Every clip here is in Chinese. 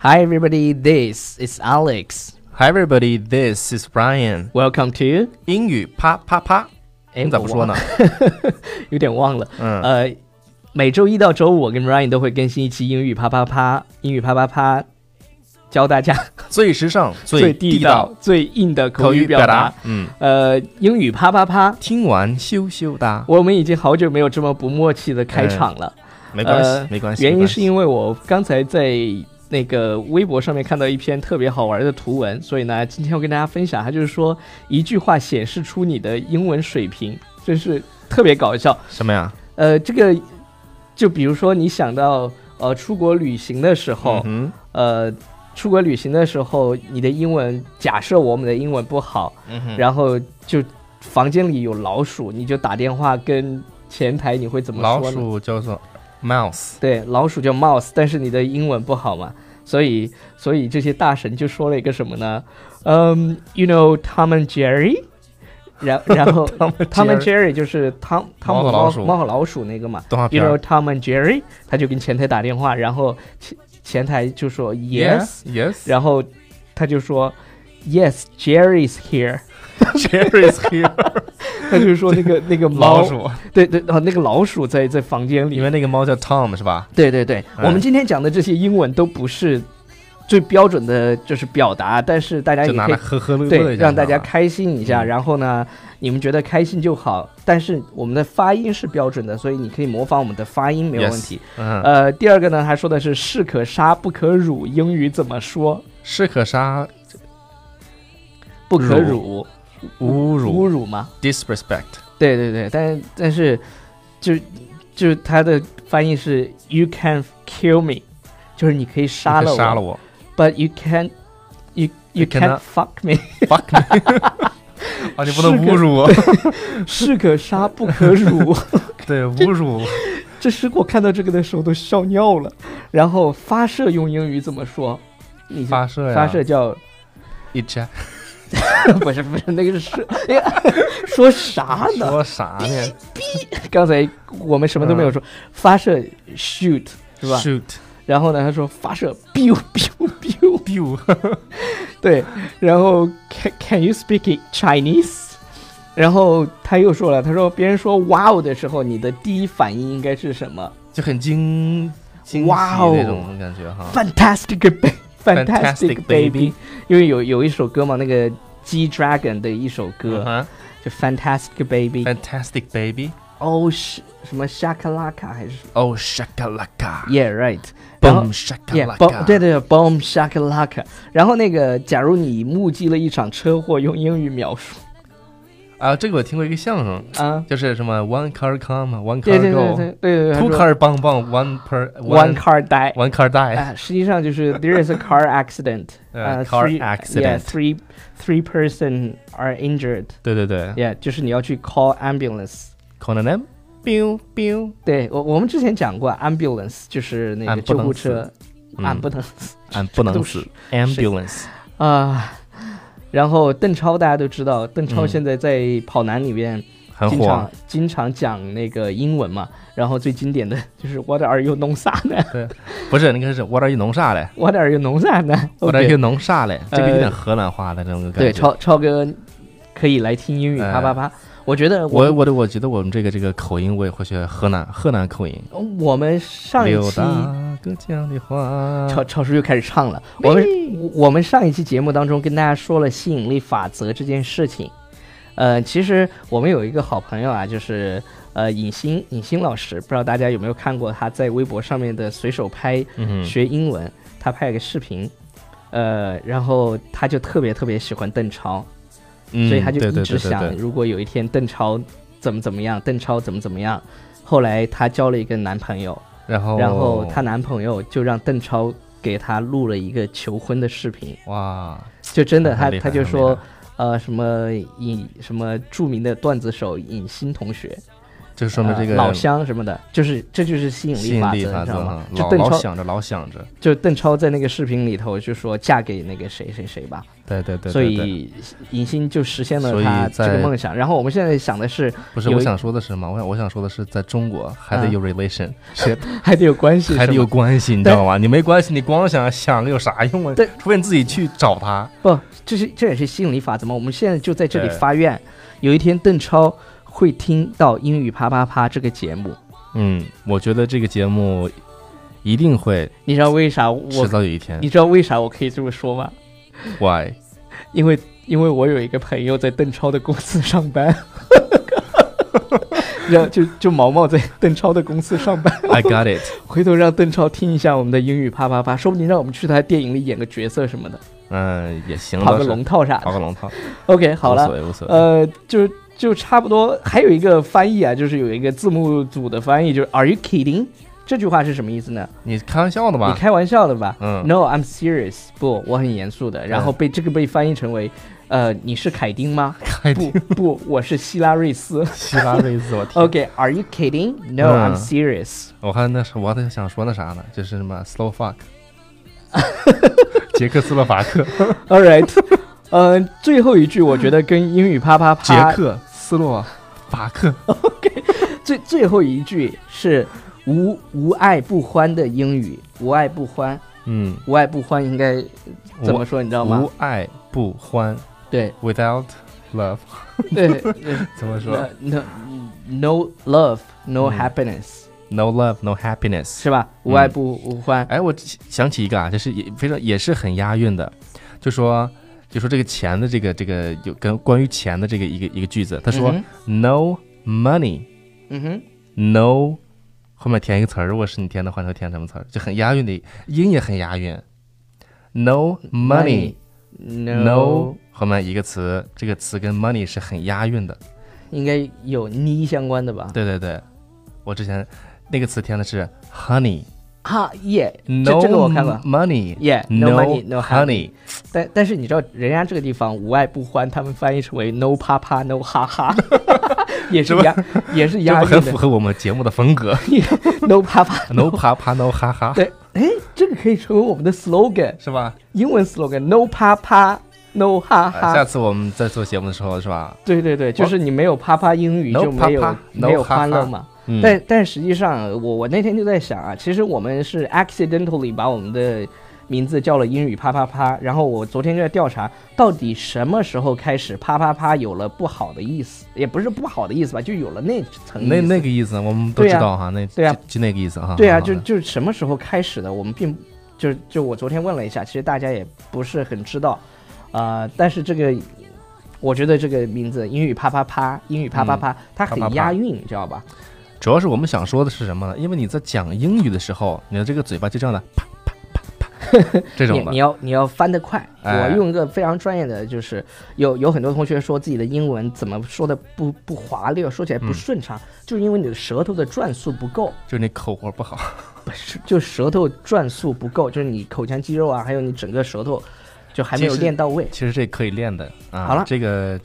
Hi, everybody. This is Alex. Hi everybody, this is Brian。 Welcome to 英语啪啪啪，哎你咋不说呢？ 有点忘了，嗯呃，每周一到周五，我跟 Ryan 都会更新一期英语啪啪啪，英语啪啪啪，教大家最时尚、最地地道、最硬的口语表达。。嗯，呃，英语啪啪啪，听完羞羞哒，我们已经好久没有这么不默契的开场了。没关呃系，没关系。原没因关系是因为我刚才在那个微博上面看到一篇特别好玩的图文，所以呢，今天要跟大家分享，它就是说一句话显示出你的英文水平，真是特别搞笑。什么呀？呃，这个就比如说你想到呃出国旅行的时候，嗯呃。出国旅行的时候，你的英文假设我们的英文不好，哼，嗯哼，然后就房间里有老鼠，你就打电话跟前台，你会怎么老说呢？鼠叫做 mouse。对，老鼠叫 mouse，但是你的英文不好嘛，所以所以这些大神就说了一个什么呢？嗯、y o u know Tom and Jerry，然然 后 Tom and Tom and Jerry Jerry 就是汤汤姆猫和老猫鼠啊猫和老鼠那个嘛动画，You 片 know 儿 Tom and Jerry，他就跟前台打电话，然后前前台就说 yes， yes，然后他就说 yes Jerry's here， Jerry's here。他就说那个那个猫老鼠，对对哦那个老鼠在在房间里因为那个猫叫 Tom 是吧？对对对，哎我们今天讲的这些英文都不是最标准的，就是表达，但是大家就也拿哎可来以呵呵乐乐对一下，让大家是吧开心一下。嗯然后呢，你们觉得开心就好，但是我们的发音是标准的，所以你可以模仿我们的发音没有问题。。 Yes，嗯，呃，第二个呢，他说的是“士可杀不可辱”，英语怎么说？士可杀，不可辱辱，侮辱侮辱吗？ ，disrespect。对对对，但但是就就他的翻译是 “You can kill me”，就是你可以杀你了可我。杀 了我 but you can't you you You can't cannot- fuck me， ，fuck me！啊， 你不能是个侮辱我。士可杀不可辱。对，侮辱 这是我看到这个的时候都笑尿了。然后发射用英语怎么说？你就发射呀，发射叫 eject， 不是不是那个是 射，哎呀，说啥呢？说啥呢？刚才我们什么都没有说，发射 shoot 是吧？ ？shoot 然后呢，他说发射 biu biu biu， biu 对，然后 can can you speak it Chinese？然后他又说了，他说别人说哇哦的时候，你的第一反应应该是什么就很惊惊喜哇哦那种感觉哈。 ？Fantastic ba- Fantastic fantastic baby baby，因为有有一首歌嘛，那个 G Dragon 的一首歌、嗯就 Fantastic baby，哼 Fantastic baby，哦是什么沙卡拉卡还是什么哦，shakalaka，boom ？Yeah right，然后 Yeah bomb shakalaka，对对对 bomb shakalaka，然后那个假如你目击了一场车祸，用英语描述啊，这个我听过一个相声，啊。就是什么 one car come one 对 car 对对 go 对对对 two 他说 car bang bang one per one car die。 one car die 啊，实际上就是 there is a car accident，呃呃 car three- yeah, accident three three person are injured，对对对 yeah，就是你要去 call ambulance。 c o n a n biu biu 对我我们之前讲过 ambulance 就是那个俺不救能护车，嗯俺不能死俺不能死这 ambulance 啊。然后邓超大家都知道，邓超嗯现在在跑男里边很经火常，经常讲那个英文嘛，然后最经典的就是 What are you 弄啥呢不是那个是 what are you 弄啥嘞？ ？What are you 弄啥呢我这 OK 又弄啥嘞？这个有呃点荷兰话的这种感觉。对，超超哥可以来听英语哎啪啪啪。我觉得我我我的我觉得我们这个这个口音我也会学河南河南口音。我们上一溜期达隔江的花， 超超叔又开始唱了。我们我我们上一期节目当中跟大家说了吸引力法则这件事情。呃，其实我们有一个好朋友啊，就是呃尹欣尹欣老师，不知道大家有没有看过他在微博上面的随手拍嗯哼，学英文，他拍了个视频，呃，然后他就特别特别喜欢邓超，嗯所以他就对一对直对对想，对如果有一天邓超怎么怎么样，邓超怎么怎么样。后来她交了一个男朋友，然后然后她男朋友就让邓超给她录了一个求婚的视频，哇，就真的很她厉害她就很厉说害，呃什么尹什么著名的段子手尹欣同学，这说明这个呃老乡什么的，就是这就是吸引吸力引法力则，法你知则道哈吗，？就老邓老超，想着老想着，就邓超在那个视频里头就说嫁给那个谁谁谁吧，对对对，所对对以影星就实现所了以他这个在梦想。然后我们现在想的是，不是有我一想说的是嘛，我想我想说的是，在中国还得嗯有 relation，是 还得有关系，还得是吗有关系，你知但道吗？你没关系，你光想想有啥用啊对？除非你自己去找他。不，这是这也是吸引力法则嘛。我们现在就在这里对发愿，有一天邓超会听到《英语啪啪啪》这个节目，嗯，我觉得这个节目一定会你知道为啥迟我？早有一天你。知道为啥我可以这么说吗？ Why？因为因为我有一个朋友在邓超的公司上 班，然后就就毛毛在邓超的公司上班， I got it，回头让邓超听一下我们的英语啪啪啪，说不定让我们去他电影里演个角色什么的，嗯，也行，跑个倒是龙，套啥跑个的。龙套， OK，好无了所，谓，无所谓。呃，就就差不多。还有一个翻译啊，就是有一个字幕组的翻译，就是 “Are you kidding？” 这句话是什么意思呢？你开玩笑你的吧？开玩笑的吧、嗯 n o I'm serious。不，我很严肃的。然后被、这个被翻译成为，呃，你是凯丁吗？开不不，我是希拉瑞 斯。希拉瑞 斯，我天！ OK，Are、you kidding？No，、嗯 I'm serious。我看那是我在想说那啥呢，就是什么 slow fuck，捷克斯洛伐 克， All right，呃，最后一句我觉得跟英语啪啪捷啪，克斯洛伐克，最最后一句是无无爱不欢的英语，无爱不欢。嗯，无爱不欢应该怎么说？你知道吗无？爱不欢 对 without love 对怎么说，no no no love no 嗯 happiness、 ？No love, no happiness。是吧？无爱不无欢，哎，我想起一个啊，就是也非常也是很押韵的，就说就说这个钱的这个这个有跟关于钱的这个一个一个句子，他说、嗯 No money, 嗯哼， no，后面填一个词儿，如果是你填的话，你会填什么词儿？就很押韵的，音也很押韵。No money, no no 后面一个词，这个词跟 money 是很押韵的。应该有呢相关的吧？对对对，我之前那个词填的是 honey。哈啊耶， No 这这个我看过 money, Yeah, no money, no honey。但但是你知道人家这个地方无爱不欢，他们翻译成为 no 啪啪 no 哈哈， 也是押也是这押不很韵符的合我们节目的 风格 no 啪啪，no 啪啪 no 哈哈，对，哎，这个可以成为我们的 slogan，是吧？英文 slogan no 啪啪 no 哈呃哈。下次我们在做节目的时候，是吧？对对对，就我是你没有啪啪英语 No 就没有啪啪没有 No 欢乐哈哈嘛。嗯但但实际上，我我那天就在想啊，其实我们是 accidentally 把我们的名字叫了英语啪啪啪，然后我昨天就在调查，到底什么时候开始啪啪啪有了不好的意思，也不是不好的意思吧，就有了那层那意思那个意思我们都对知呀道哈，那对呀就就那个意思哈。对啊，好的就就是什么时候开始的，我们并就就我昨天问了一下，其实大家也不是很知道，啊，但是这个我觉得这个名字英语啪啪啪，英语啪啪啪，它很嗯啪啪啪押韵，你知道吧？主要是我们想说的是什么呢？因为你在讲英语的时候，你的这个嘴巴就这样的啪 啪啪啪这你种你的，要你要翻得快，哎我用一个非常专业的，就是有有很多同学说自己的英文怎么说的不不滑溜，说起嗯来不顺畅，就是因为你的舌头的转速不够，就是你口活不好。 不是就舌头转速不够，就是你口腔肌肉啊，还有你整个舌头就还没有其实练到位。其实这可以练的啊。好了这个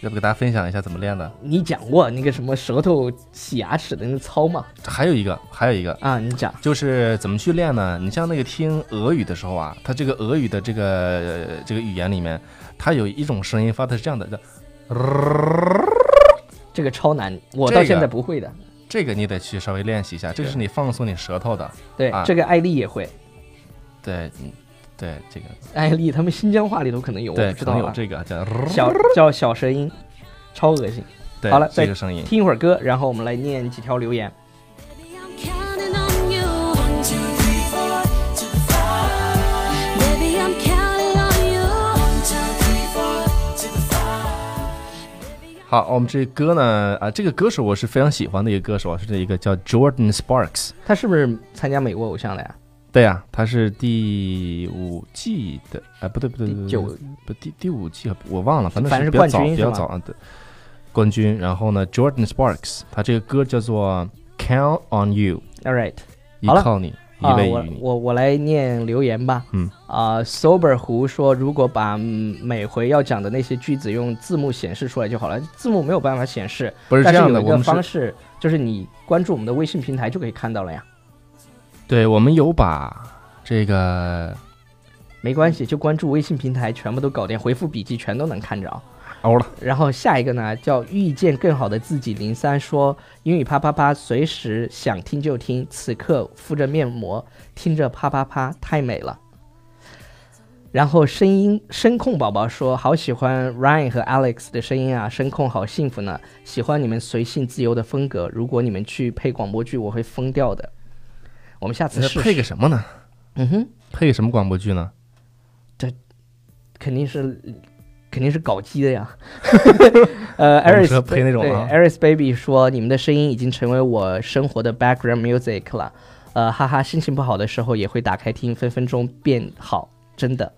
要不给大家分享一下怎么练的？你讲过那个什么舌头洗牙齿的那个操吗？还有一个，还有一个，啊，你讲，就是怎么去练呢？你像那个听俄语的时候啊，它这个俄语的这个、呃这个语言里面，它有一种声音发的是这样的，叫这个超难，我这个到现在不会的。这个你得去稍微练习一下，这个是你放松你舌头的。对，啊这个艾丽也会，对，嗯，对，这个艾丽他们新疆话里头可能有，我对，不知可道能啊。有这个叫，小叫小舌音，超恶心。对，好了再这个声音。听一会儿歌，然后我们来念几条留言。 Baby, I'm counting on you. One, two, three, four, two, five. Baby, I'm counting on you. One, two, three, four, two, five. 好，我们这歌呢，啊，这个歌手我是非常喜欢的一个歌手，是一个叫 Jordan Sparks。他是不是参加美国偶像的呀？对呀、他是第五季的，哎，不对不对，不第对九不第第五季我忘了，反正反正是比较冠早军比较是早的冠军。然后呢，Jordan Sparks，他这个歌叫做《Count on You》， ，All right，依好了靠你。一啊，位我与你。我我来念留言吧。嗯啊、s o b e r 胡说，如果把嗯每回要讲的那些句子用字幕显示出来就好了，字幕没有办法显示，不是但这是样有的，一我个们方是式，就是你关注我们的微信平台就可以看到了呀。对，我们有把这个没关系，就关注微信平台，全部都搞定，回复笔记全都能看着啊。欧了，然后下一个呢，叫遇见更好的自己。零三说英语啪啪啪，随时想听就听，此刻敷着面膜，听着啪啪啪，太美了。然后声音声控宝宝说，好喜欢 Ryan 和 Alex 的声音啊，声控好幸福呢，喜欢你们随性自由的风格。如果你们去配广播剧，我会疯掉的。我们下次那试呃配试个什么呢？嗯哼，配什么广播剧呢？肯定是肯定是搞基的 呀。呃我们，Aris 说配那种啊对，Aris Baby 说你们的声音已经成为我生活的 background music 了。呃，哈哈，心情不好的时候也会打开听，分分钟变好，真的。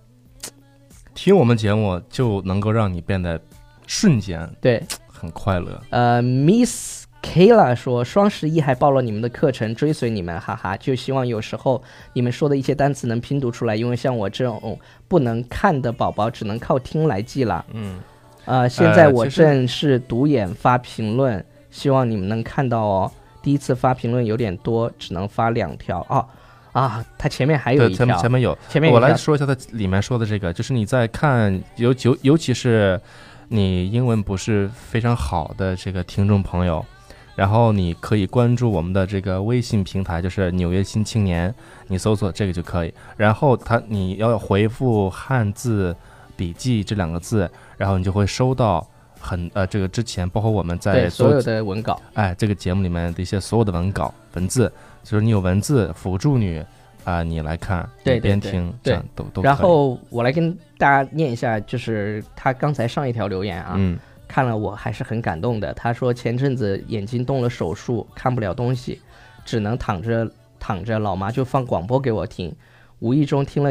听我们节目就能够让你变得瞬间对，很快乐。呃，Miss Kayla 说双十一还报了你们的课程，追随你们，哈哈。就希望有时候你们说的一些单词能拼读出来，因为像我这种不能看的宝宝，只能靠听来记了。嗯，呃，现在呃我其实正是独眼发评论，希望你们能看到哦。第一次发评论有点多，只能发两条哦。啊，它前面还有对，一前条，面前面有，前面有我一条来说一下它里面说的这个，就是你在看，尤尤尤其是你英文不是非常好的这个听众朋友，然后你可以关注我们的这个微信平台，就是《纽约新青年》，你搜索这个就可以。然后它你要回复“汉字笔记”这两个字，然后你就会收到很呃这个之前包括我们在对做所有的文稿。哎，这个节目里面的一些所有的文稿、文字，就是你有文字辅助你啊、你来看，对你边对对听，对这样都都可以。然后我来跟大家念一下，就是他刚才上一条留言啊，嗯，看了我还是很感动的。他说前阵子眼睛动了手术，看不了东西，只能躺着躺着，老妈就放广播给我听，无意中听了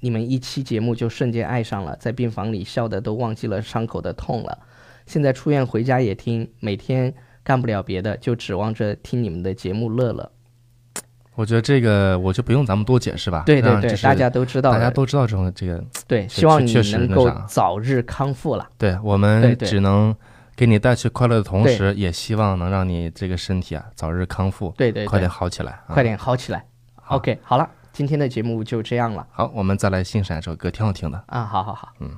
你们一期节目，就瞬间爱上了，在病房里笑的都忘记了伤口的痛了。现在出院回家也听，每天干不了别的，就指望着听你们的节目乐了。我觉得这个我就不用咱们多解释吧，对对让对就，是大家都知道大了，家都知道这种这个，对，确希望你确实能那够啥早日康复了。对我对们对只能给你带去快乐的同对时，也希望能让你这个身体啊早日康复，对对对，快点好起来，啊快。点好起来。好 OK，好了，今天的节目就这样了好，我们再来欣赏一首歌，挺好听的。啊，好好好。嗯，